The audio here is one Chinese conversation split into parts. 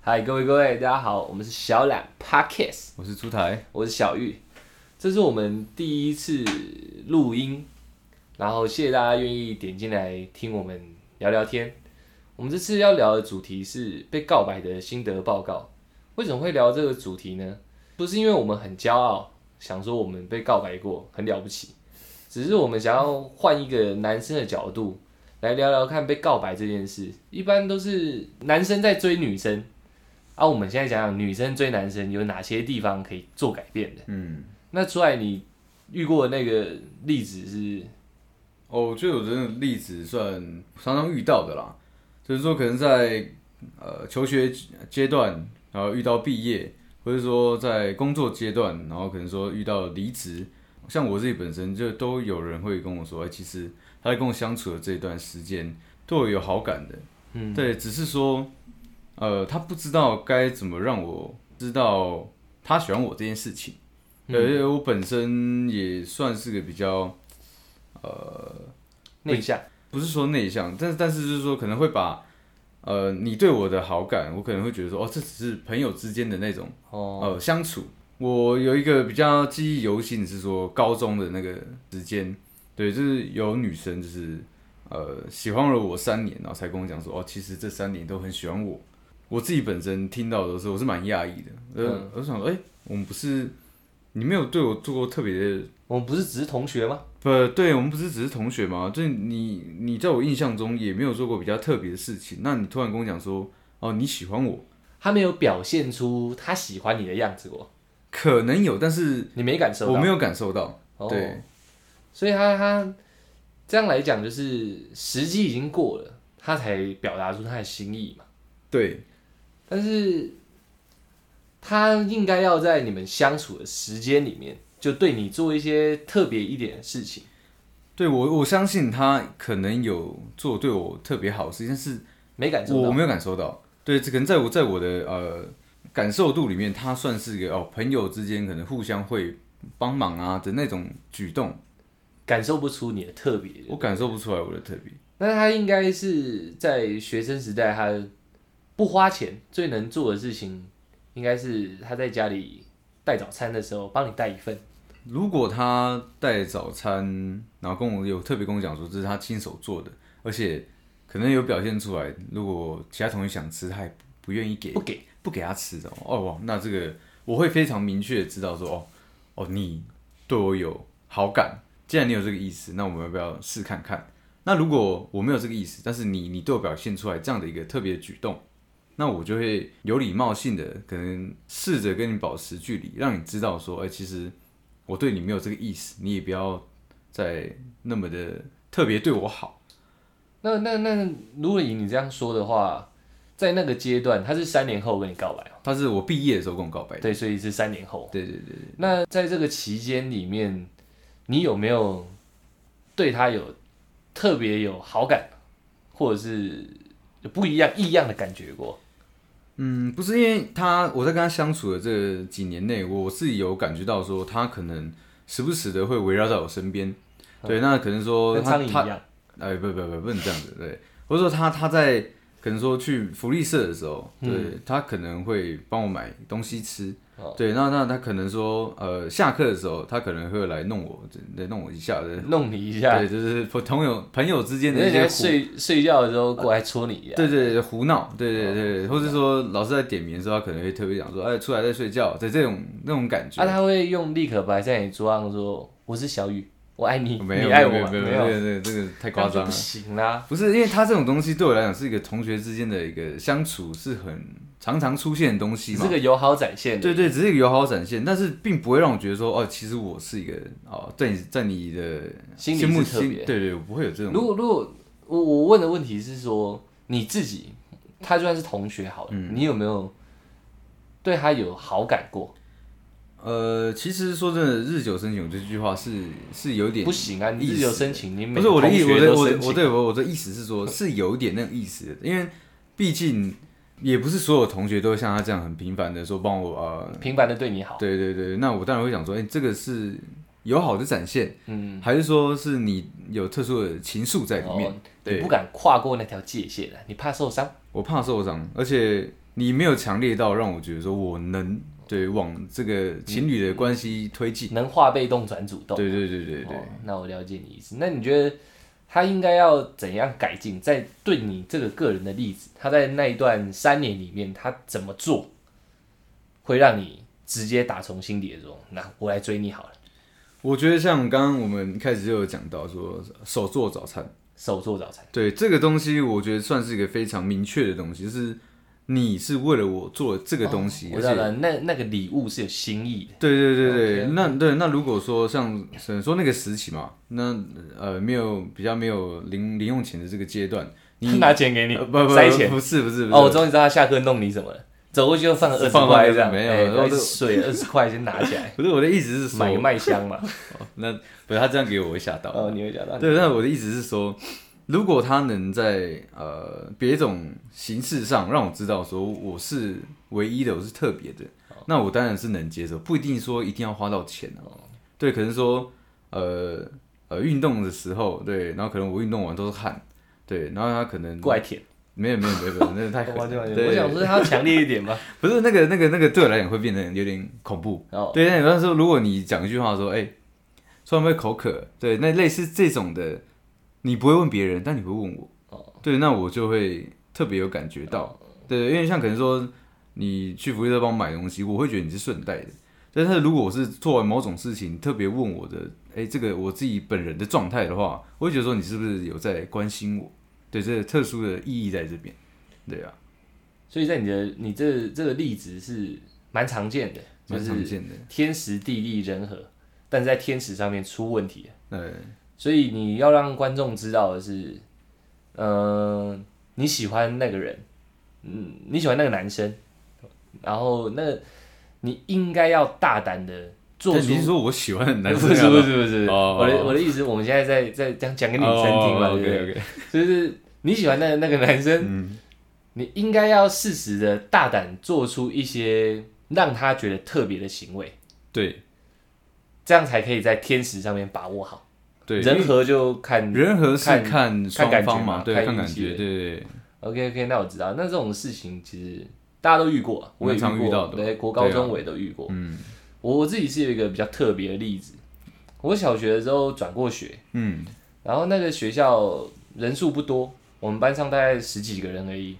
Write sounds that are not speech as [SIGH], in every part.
嗨，各位各位，大家好，我们是小懒 Parkes，我是出台，我是小玉，这是我们第一次录音，然后谢谢大家愿意点进来听我们聊聊天。我们这次要聊的主题是被告白的心得报告。为什么会聊这个主题呢？不是因为我们很骄傲，想说我们被告白过很了不起，只是我们想要换一个男生的角度来聊聊看被告白这件事。一般都是男生在追女生，啊，我们现在讲讲女生追男生有哪些地方可以做改变的。嗯，那出来你遇过的那个例子是，哦，我觉得我真的例子算常常遇到的啦，就是说可能在呃求学阶段，然后遇到毕业，或者说在工作阶段，然后可能说遇到离职，像我自己本身就都有人会跟我说，哎、其实他在跟我相处的这段时间，对我有好感的，嗯，对，只是说，呃，他不知道该怎么让我知道他喜欢我这件事情。嗯对，因为我本身也算是个比较，内向，不是说内向，但但是就是说可能会把，呃，你对我的好感，我可能会觉得说，哦，这只是朋友之间的那种哦，呃相处。我有一个比较记忆犹新的是说高中的那个时间，对，就是有女生就是呃喜欢了我三年，然后才跟我讲说哦，其实这三年都很喜欢我。我自己本身听到的时候，我是蛮讶异的，呃，嗯我想说，哎、我们不是你没有对我做过特别的，我们不是只是同学吗？不对，我们不是只是同学嘛，就是你你在我印象中也没有做过比较特别的事情，那你突然跟我讲说哦你喜欢我，他没有表现出他喜欢你的样子哦，可能有，但是你没感受到，我没有感受到，哦、对。，所以他他这样来讲，就是时机已经过了，他才表达出他的心意嘛。对，但是他应该要在你们相处的时间里面，就对你做一些特别一点的事情。对我我相信他可能有做对我特别好的事情，但是没感受我到，没有感受到。对，这可能在我在我的呃感受度里面，他算是一个哦朋友之间可能互相会帮忙啊的那种举动，感受不出你的特别。我感受不出来我的特别。那他应该是在学生时代，他不花钱最能做的事情，应该是他在家里带早餐的时候帮你带一份。如果他带早餐，然后跟我有特别跟我讲说这是他亲手做的，而且可能有表现出来，如果其他同学想吃，他也不不愿意给，不给不给他吃的哦哦哇，那这个我会非常明确的知道说哦哦你对我有好感，既然你有这个意思，那我们要不要试看看？那如果我没有这个意思，但是你你对我表现出来这样的一个特别的举动，那我就会有礼貌性的可能试着跟你保持距离，让你知道说，哎、其实我对你没有这个意思，你也不要再那么的特别对我好。那那那，如果以你这样说的话，在那个阶段，他是三年后跟你告白哦，他是我毕业的时候跟我告白的，对，所以是三年后。对对对对。那在这个期间里面，你有没有对他有特别有好感，或者是有不一样异样的感觉过？嗯，不是因为他，我在跟他相处的这几年内，我自己有感觉到说，他可能时不时的会围绕在我身边。对，那可能说嗯跟他苍蝇一他样，哎，不不不，不能这样子。对，或者说他他在可能说去福利社的时候，对、他可能会帮我买东西吃。嗯哦对，那那他可能说，呃，下课的时候，他可能会来弄我，来弄我一下的。弄你一下，对，就是朋友朋友之间的那一你些在互睡睡觉的时候过来戳你一下，对对对，胡闹，对嗯对对，或者说老师在点名的时候，他可能会特别讲说，哎，出来在睡觉，对这种那种感觉啊，。他会用立可白在你桌上说：“我是小雨，我爱你，没有，你爱我没有，吗？”没有，没有，有，对，这个太太夸张不了。行啦。不是，因为他这种东西对我来讲是一个同学之间的一个相处，是很常常出现的东西只嘛是。个友好展现的，对对，只是一个友好展现，但是并不会让我觉得说，哦，其实我是一个哦，在你在你的心里心目是特心别对对，我不会有这种。如果如果我我问的问题是说你自己，他就算是同学好了，嗯你有没有对他有好感过？呃，其实说真的，日久生情，我这句话是是有点不行啊，你意自思己有申请，你每不是我的意，同我学的都我申的请啊我对我我的意思是说，是有点那个意思的，因为毕竟也不是所有同学都会像他这样很频繁的说帮我呃，平凡的对你好，对对对，那我当然会想说，哎、这个是友好的展现，嗯，还是说是你有特殊的情愫在里面？哦你对啊不敢跨过那条界限了，你怕受伤。我怕受伤，而且你没有强烈到让我觉得说我能对往这个情侣的关系推进。能化被动转主动。对对对对对嗯哦，那我了解你意思。那你觉得他应该要怎样改进？在对你这个个人的例子，他在那一段三年里面，他怎么做会让你直接打从心底的说：“那我来追你好了。我觉得像刚刚我们一开始就有讲到说手做早餐。”手做早餐，对这个东西，我觉得算是一个非常明确的东西，就是你是为了我做了这个东西，哦我而知且道了。那那个礼物是有心意的，对对对对那对那如果说像只能说那个时期嘛，那呃没有比较没有零零用钱的这个阶段，你 [LAUGHS] 拿钱给你，呃不不塞钱。不是不是不是哦，我终于知道他下课弄你什么了，走过去就放个二十放放块这样，没有哎然后 [LAUGHS] 就水二十块先拿起 [LAUGHS] 来，不是我的意思是说买，个麦香嘛。那不是他这样给我我会吓 [LAUGHS] 到，哦，你会想到对，那我的意思是说，如果他能在呃别种形式上让我知道说我是唯一的，我是特别的，哦那我当然是能接受，不一定说一定要花到钱啊。哦对，可能说呃呃运动的时候，对，然后可能我运动完都是汗，对，然后他可 [LAUGHS] 能过来 [LAUGHS] 舔，没有没有没有没有，那 [LAUGHS] 太我狠了。我想对，说他要强烈一点吧。不是那个那个那个对我来讲会变得有点恐怖。然后对，那你刚才说，如果你讲一句话说，哎、突然会口渴，对，那类似这种的，你不会问别人，但你会问我，哦对，那我就会特别有感觉到，对，因为像可能说你去福利社帮我买东西，我会觉得你是顺带的，但是如果我是做完某种事情，特别问我的，哎、这个我自己本人的状态的话，我会觉得说你是不是有在关心我，对，这个特殊的意义在这边，对啊，所以在你的你这这个例子是蛮常见的，就蛮常是见的，天时地利人和，但是在天时上面出问题了。呃，所以你要让观众知道的是，嗯、你喜欢那个人，嗯，你喜欢那个男生，然后那个你应该要大胆的做但出你是说我喜欢的男生 [LAUGHS] 不是要不是不是，哦我的我的意思，我们现在在在讲讲给女生听嘛，对不 OK 对？ OK，就是你喜欢那那个男生，嗯你应该要适时的大胆做出一些让他觉得特别的行为，对这样才可以在天时上面把握好。对，人和就看人和是看看双感觉方嘛嘛，对，看看运感气觉，的对对对 OK OK，那我知道。那这种事情其实大家都遇过啊，我也蛮常过，遇到的对，国对高啊中我也都遇过。嗯我我自己是有一个比较特别的例子，我小学的时候转过学，嗯，然后那个学校人数不多，我们班上大概十几个人而已。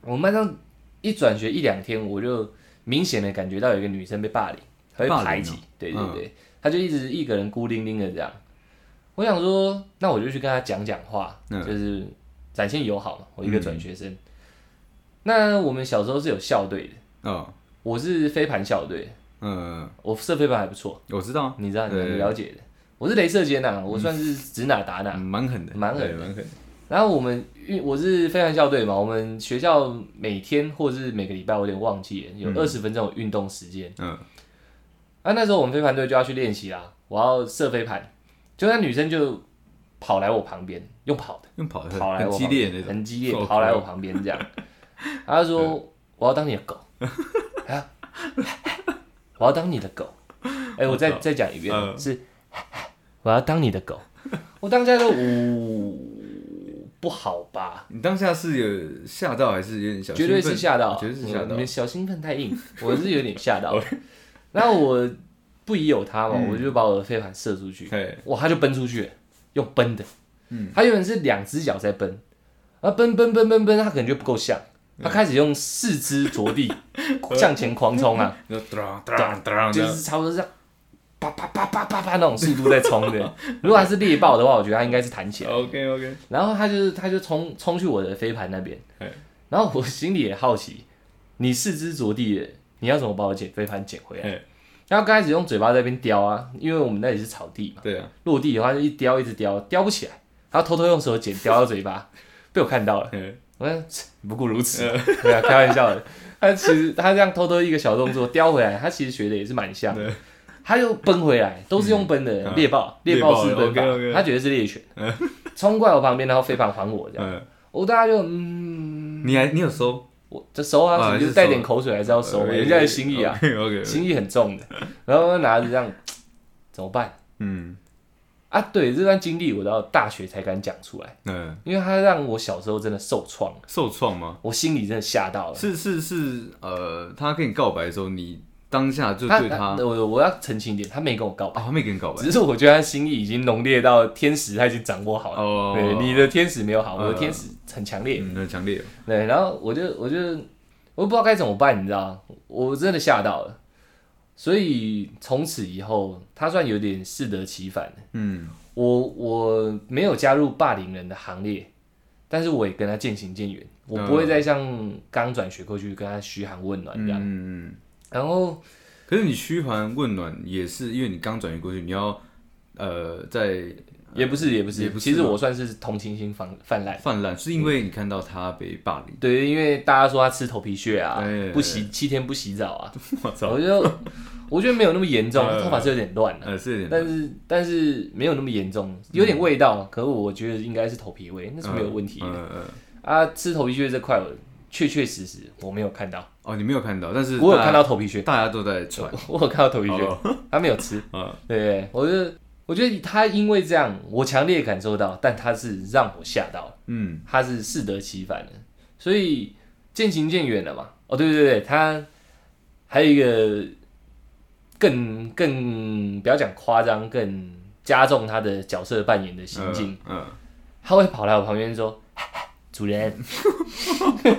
我们班上一转学一两天，我就明显的感觉到有一个女生被霸凌，她被霸凌排挤哦，对对嗯对，她就一直一个人孤零零的这样。我想说，那我就去跟她讲讲话，嗯就是展现友好嘛。我一个转学生，那我们小时候是有校队的，哦，我是飞盘校队，嗯，我射飞盘还不错，我知道，你知道，你对了解的。我是镭射尖呐、我算是指哪打哪，嗯蛮狠的，蛮狠对的蛮狠，然后我们运我是飞盘校队嘛，我们学校每天或是每个礼拜，我有点忘记了，有二十分钟有运动时间。嗯，啊，那时候我们飞盘队就要去练习啦，我要射飞盘，就那女生就跑来我旁边，用跑的，用跑的跑来很我激旁烈边的那种，很激烈，受嗯跑来不我了旁边这样， [LAUGHS] 然后她说我要当你的狗，啊，我要当你的狗，哎、我再再讲一遍，嗯是我要当你的狗，我当下就呜、不好吧。你当下是有吓到还是有点小兴绝奋？对是吓到，绝对是吓嗯你到们，小兴奋太 [LAUGHS] 硬，我是有点吓到。然后我不疑有他嗯嘛，我就把我的飞盘射出去，对，哇，他就奔出去了，用奔的，他原本是两只脚在奔，啊，奔奔奔奔奔，他可能就不够像，他开始用四肢着地向前狂冲 [LAUGHS] 啊，然后当当当，就这样是差不多这样。啪啪啪啪啪啪那种速度在冲的，如果他是猎豹的话，我觉得他应该是弹起来。 OK OK，然后他就是他就冲冲去我的飞盘那边哎，然后我心里也好奇，你四肢着地的，你要怎么把我捡飞盘捡回来？哎，然后刚开始用嘴巴在那边叼啊，因为我们那里是草地嘛，对啊，落地的话就一叼一直叼，叼不起来，然后偷偷用手捡叼到嘴巴， [LAUGHS] 被我看到了，嘿我说切不过如此，嗯对啊，开玩笑的。他其实他这样偷偷一个小动作叼回来，他其实学的也是蛮像的对，他又奔回来，都是用奔的嗯猎豹，猎猎豹豹式的奔法 OK，OK，他觉得是猎犬，冲过来我旁边，然后飞盘还我这样。嗯，我大家就嗯，你还你有收呃我这收啊，啊什么还就是是带点口水还是要收，人家的心意哦啊， ，OK，心意很重的。然后拿着这样怎么办？嗯，啊，对这段经历，我到大学才敢讲出来，嗯，因为它让我小时候真的受创，受创吗？我心里真的吓到了。是是是，呃，他跟你告白的时候，你当下就他对他啊，我我要澄清一点，他没跟我告白，他没跟你告白只是我觉得他心意已经浓烈到天使，他已经掌握好了。哦，对，你的天使没有好，嗯我的天使很强烈。嗯，很强烈哦，对，然后我就我就我不知道该怎么办，你知道吗，我真的吓到了。所以从此以后，他算有点适得其反。嗯，我我没有加入霸凌人的行列，但是我也跟他渐行渐远，我不会再像刚转学过去跟他嘘寒问暖这样。嗯，嗯然后可是你嘘寒问暖也是因为你刚转移过去，你要呃在也不是也不是，也不是其实吗我算是同情心泛泛滥。泛滥，是因为你看到他被霸凌，对，因为大家说他吃头皮屑啊，哎不洗七天不洗澡 [LAUGHS] 啊，我我就我觉得没有那么严重，呃他头发是有点乱的、呃，是有点，但是但是没有那么严重，有点味道，可是我觉得应该是头皮味，那是没有问题的、嗯嗯嗯啊。吃头皮屑这块，我确确实实我没有看到，哦，你没有看到，但是我有大看到头皮屑，大家都在传， [LAUGHS] 我有看到头皮屑，哦他没有吃，嗯对对？我就我觉得他因为这样，我强烈感受到，但他是让我吓到了。嗯，他是适得其反的，所以渐行渐远了嘛。哦，对对对，他还有一个更更不要讲夸张，更加重他的角色扮演的行径，嗯，他会跑来我旁边说：“ [LAUGHS] 主人，嗯，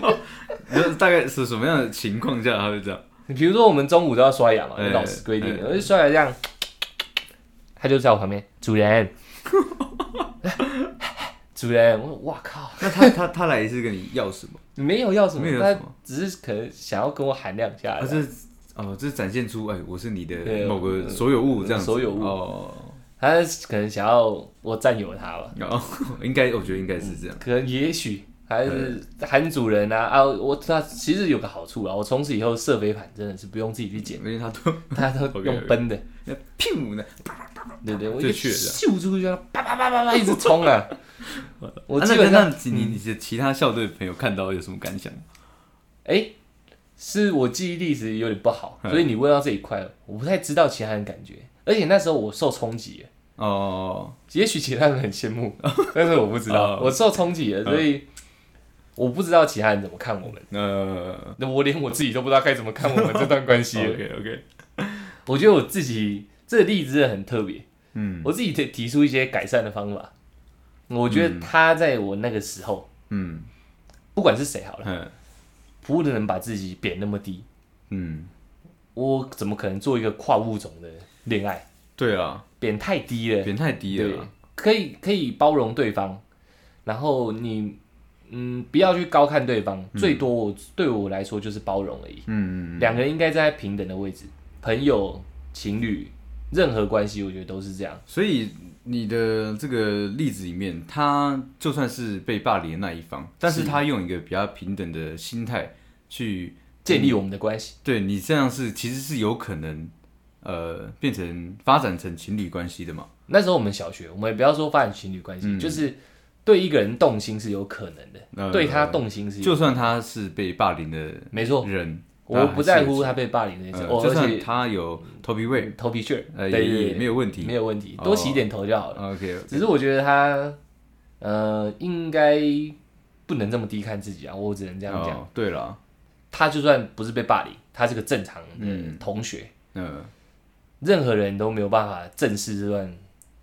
你知道大概是什么样的情况下他会这样？你比如说我们中午都要刷牙嘛，哎老师规定的，哎我就刷牙这样，他就在我旁边，主人， [LAUGHS] 主人，我说哇靠，那他他他来是跟你要什么？你没有要什么没有，要他什么只是可能想要跟我喊两下而已啊，他是哦，这展现出哎，我是你对的某个所有物这样子，所有物哦，他可能想要我占有他吧，然后哦应该我觉得应该是这样，可能也许还是韩主人啊啊！我他其实有个好处啊，我从此以后射飞盘真的是不用自己去捡 [LAUGHS] 因，为他都他都 OK，OK 用奔的，屁呢，对不对？我就一去了咻出去，叭叭叭叭叭一直冲 [LAUGHS] 啊！我啊基那本上嗯那你你的其他校队朋友看到有什么感想？哎，是我记忆力其实有点不好，嗯所以你问到这一块，我不太知道其他人感觉，而且那时候我受冲击了。哦，也许其他人很羡慕， [LAUGHS] 但是我不知道，哦我受冲击了，所以我不知道其他人怎么看我们。哦那那我连我自己都不知道该怎么看我们这段关系 [LAUGHS] 了。 OK OK，我觉得我自己这个例子真的很特别，嗯我自己提提出一些改善的方法。我觉得他在我那个时候，嗯不管是谁好了，嗯服务的人把自己贬那么低，嗯，我怎么可能做一个跨物种的恋爱？对啊，贬太低了，点太低对了啦，，可以可以包容对方，然后你嗯不要去高看对方，最多我对我来说就是包容而已。嗯嗯，嗯两个人应该站在平等的位置，朋友、情侣，任何关系，我觉得都是这样。所以你的这个例子里面，他就算是被霸凌的那一方，但是是他用一个比较平等的心态去建立我们的关系，对你这样是其实是有可能呃变成发展成情侣关系的嘛？那时候我们小学，我们也不要说发展情侣关系，嗯就是对一个人动心是有可能的，呃对他动心是有，就嗯啊算他是被霸凌的没错，人，我不在乎他他被霸凌还那是些，有机会，我、呃就而算且他有头皮味，头皮屑，呃，对也也没有问题没。有问题，哦多洗一点头就好了。 OK，只是我觉得他，呃，应该不能这么低看自己啊，我只能这样讲。哦，对了，他就算不是被霸凌，他是个正常的嗯同学，嗯，任何人都没有办法正视这段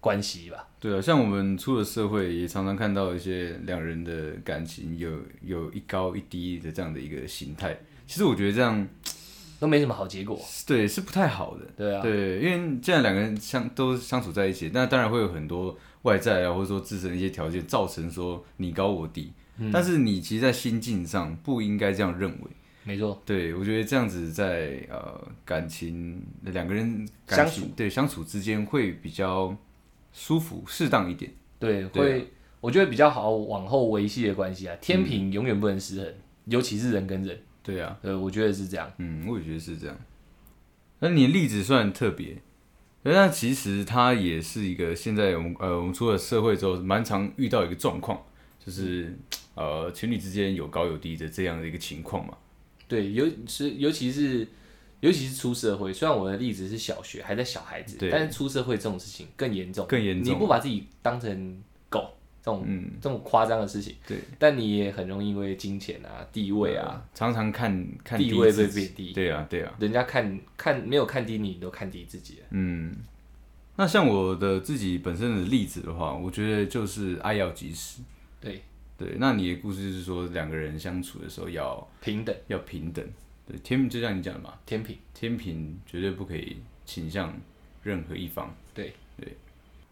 关系吧？对啊，像我们出了社会，也常常看到一些两人的感情有有一高一低的这样的一个形态。其实我觉得这样都没什么好结果。对是不太好的，对啊，对，因为既然两个人相都相处在一起，那当然会有很多外在啊，或者说自身的一些条件，造成说你高我低。但是你其实，在心境上不应该这样认为。没错，对，我觉得这样子在呃感情两个人感情对相处之间会比较舒服、适当一点。对，对啊会我觉得比较好往后维系的关系啊。天平永远不能失衡，尤其是人跟人，对啊，对，我觉得是这样。嗯，我也觉得是这样。那你的例子虽然特别，但其实它也是一个现在我们呃我们出了社会之后蛮常遇到一个状况，就是呃情侣之间有高有低的这样的一个情况嘛。对，尤是尤其是尤其是出社会，虽然我的例子是小学，还在小孩子，对但是出社会这种事情更严重，更严你重。不把自己当成狗这种、嗯，这么夸张的事情，对，但你也很容易因为金钱啊、地位啊，呃，常常看看地低位自被己贬低对啊，对啊，人家看看没有看低你，你都看低自己了。嗯。那像我的自己本身的例子的话，我觉得就是爱要及时。对，对，那你的故事是说两个人相处的时候要平等要平等，对，天平就像你讲的嘛，天平，天平绝对不可以倾向任何一方。对对，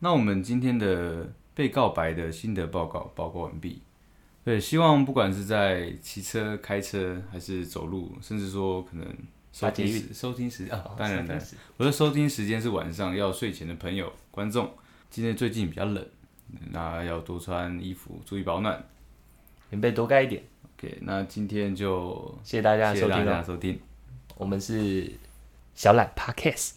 那我们今天的被告白的心得报告报告完毕。对，希望不管是在骑车、开车，还是走路，甚至说可能收搭捷听运时收听时啊哦，当然是的，是我的收听时间是晚上要睡前的朋友观众。今天最近比较冷，那要多穿衣服，注意保暖。棉被多盖一点。 OK，那今天就谢谢大家的谢收谢大听家哦，收听，我们是小懒 Podcast。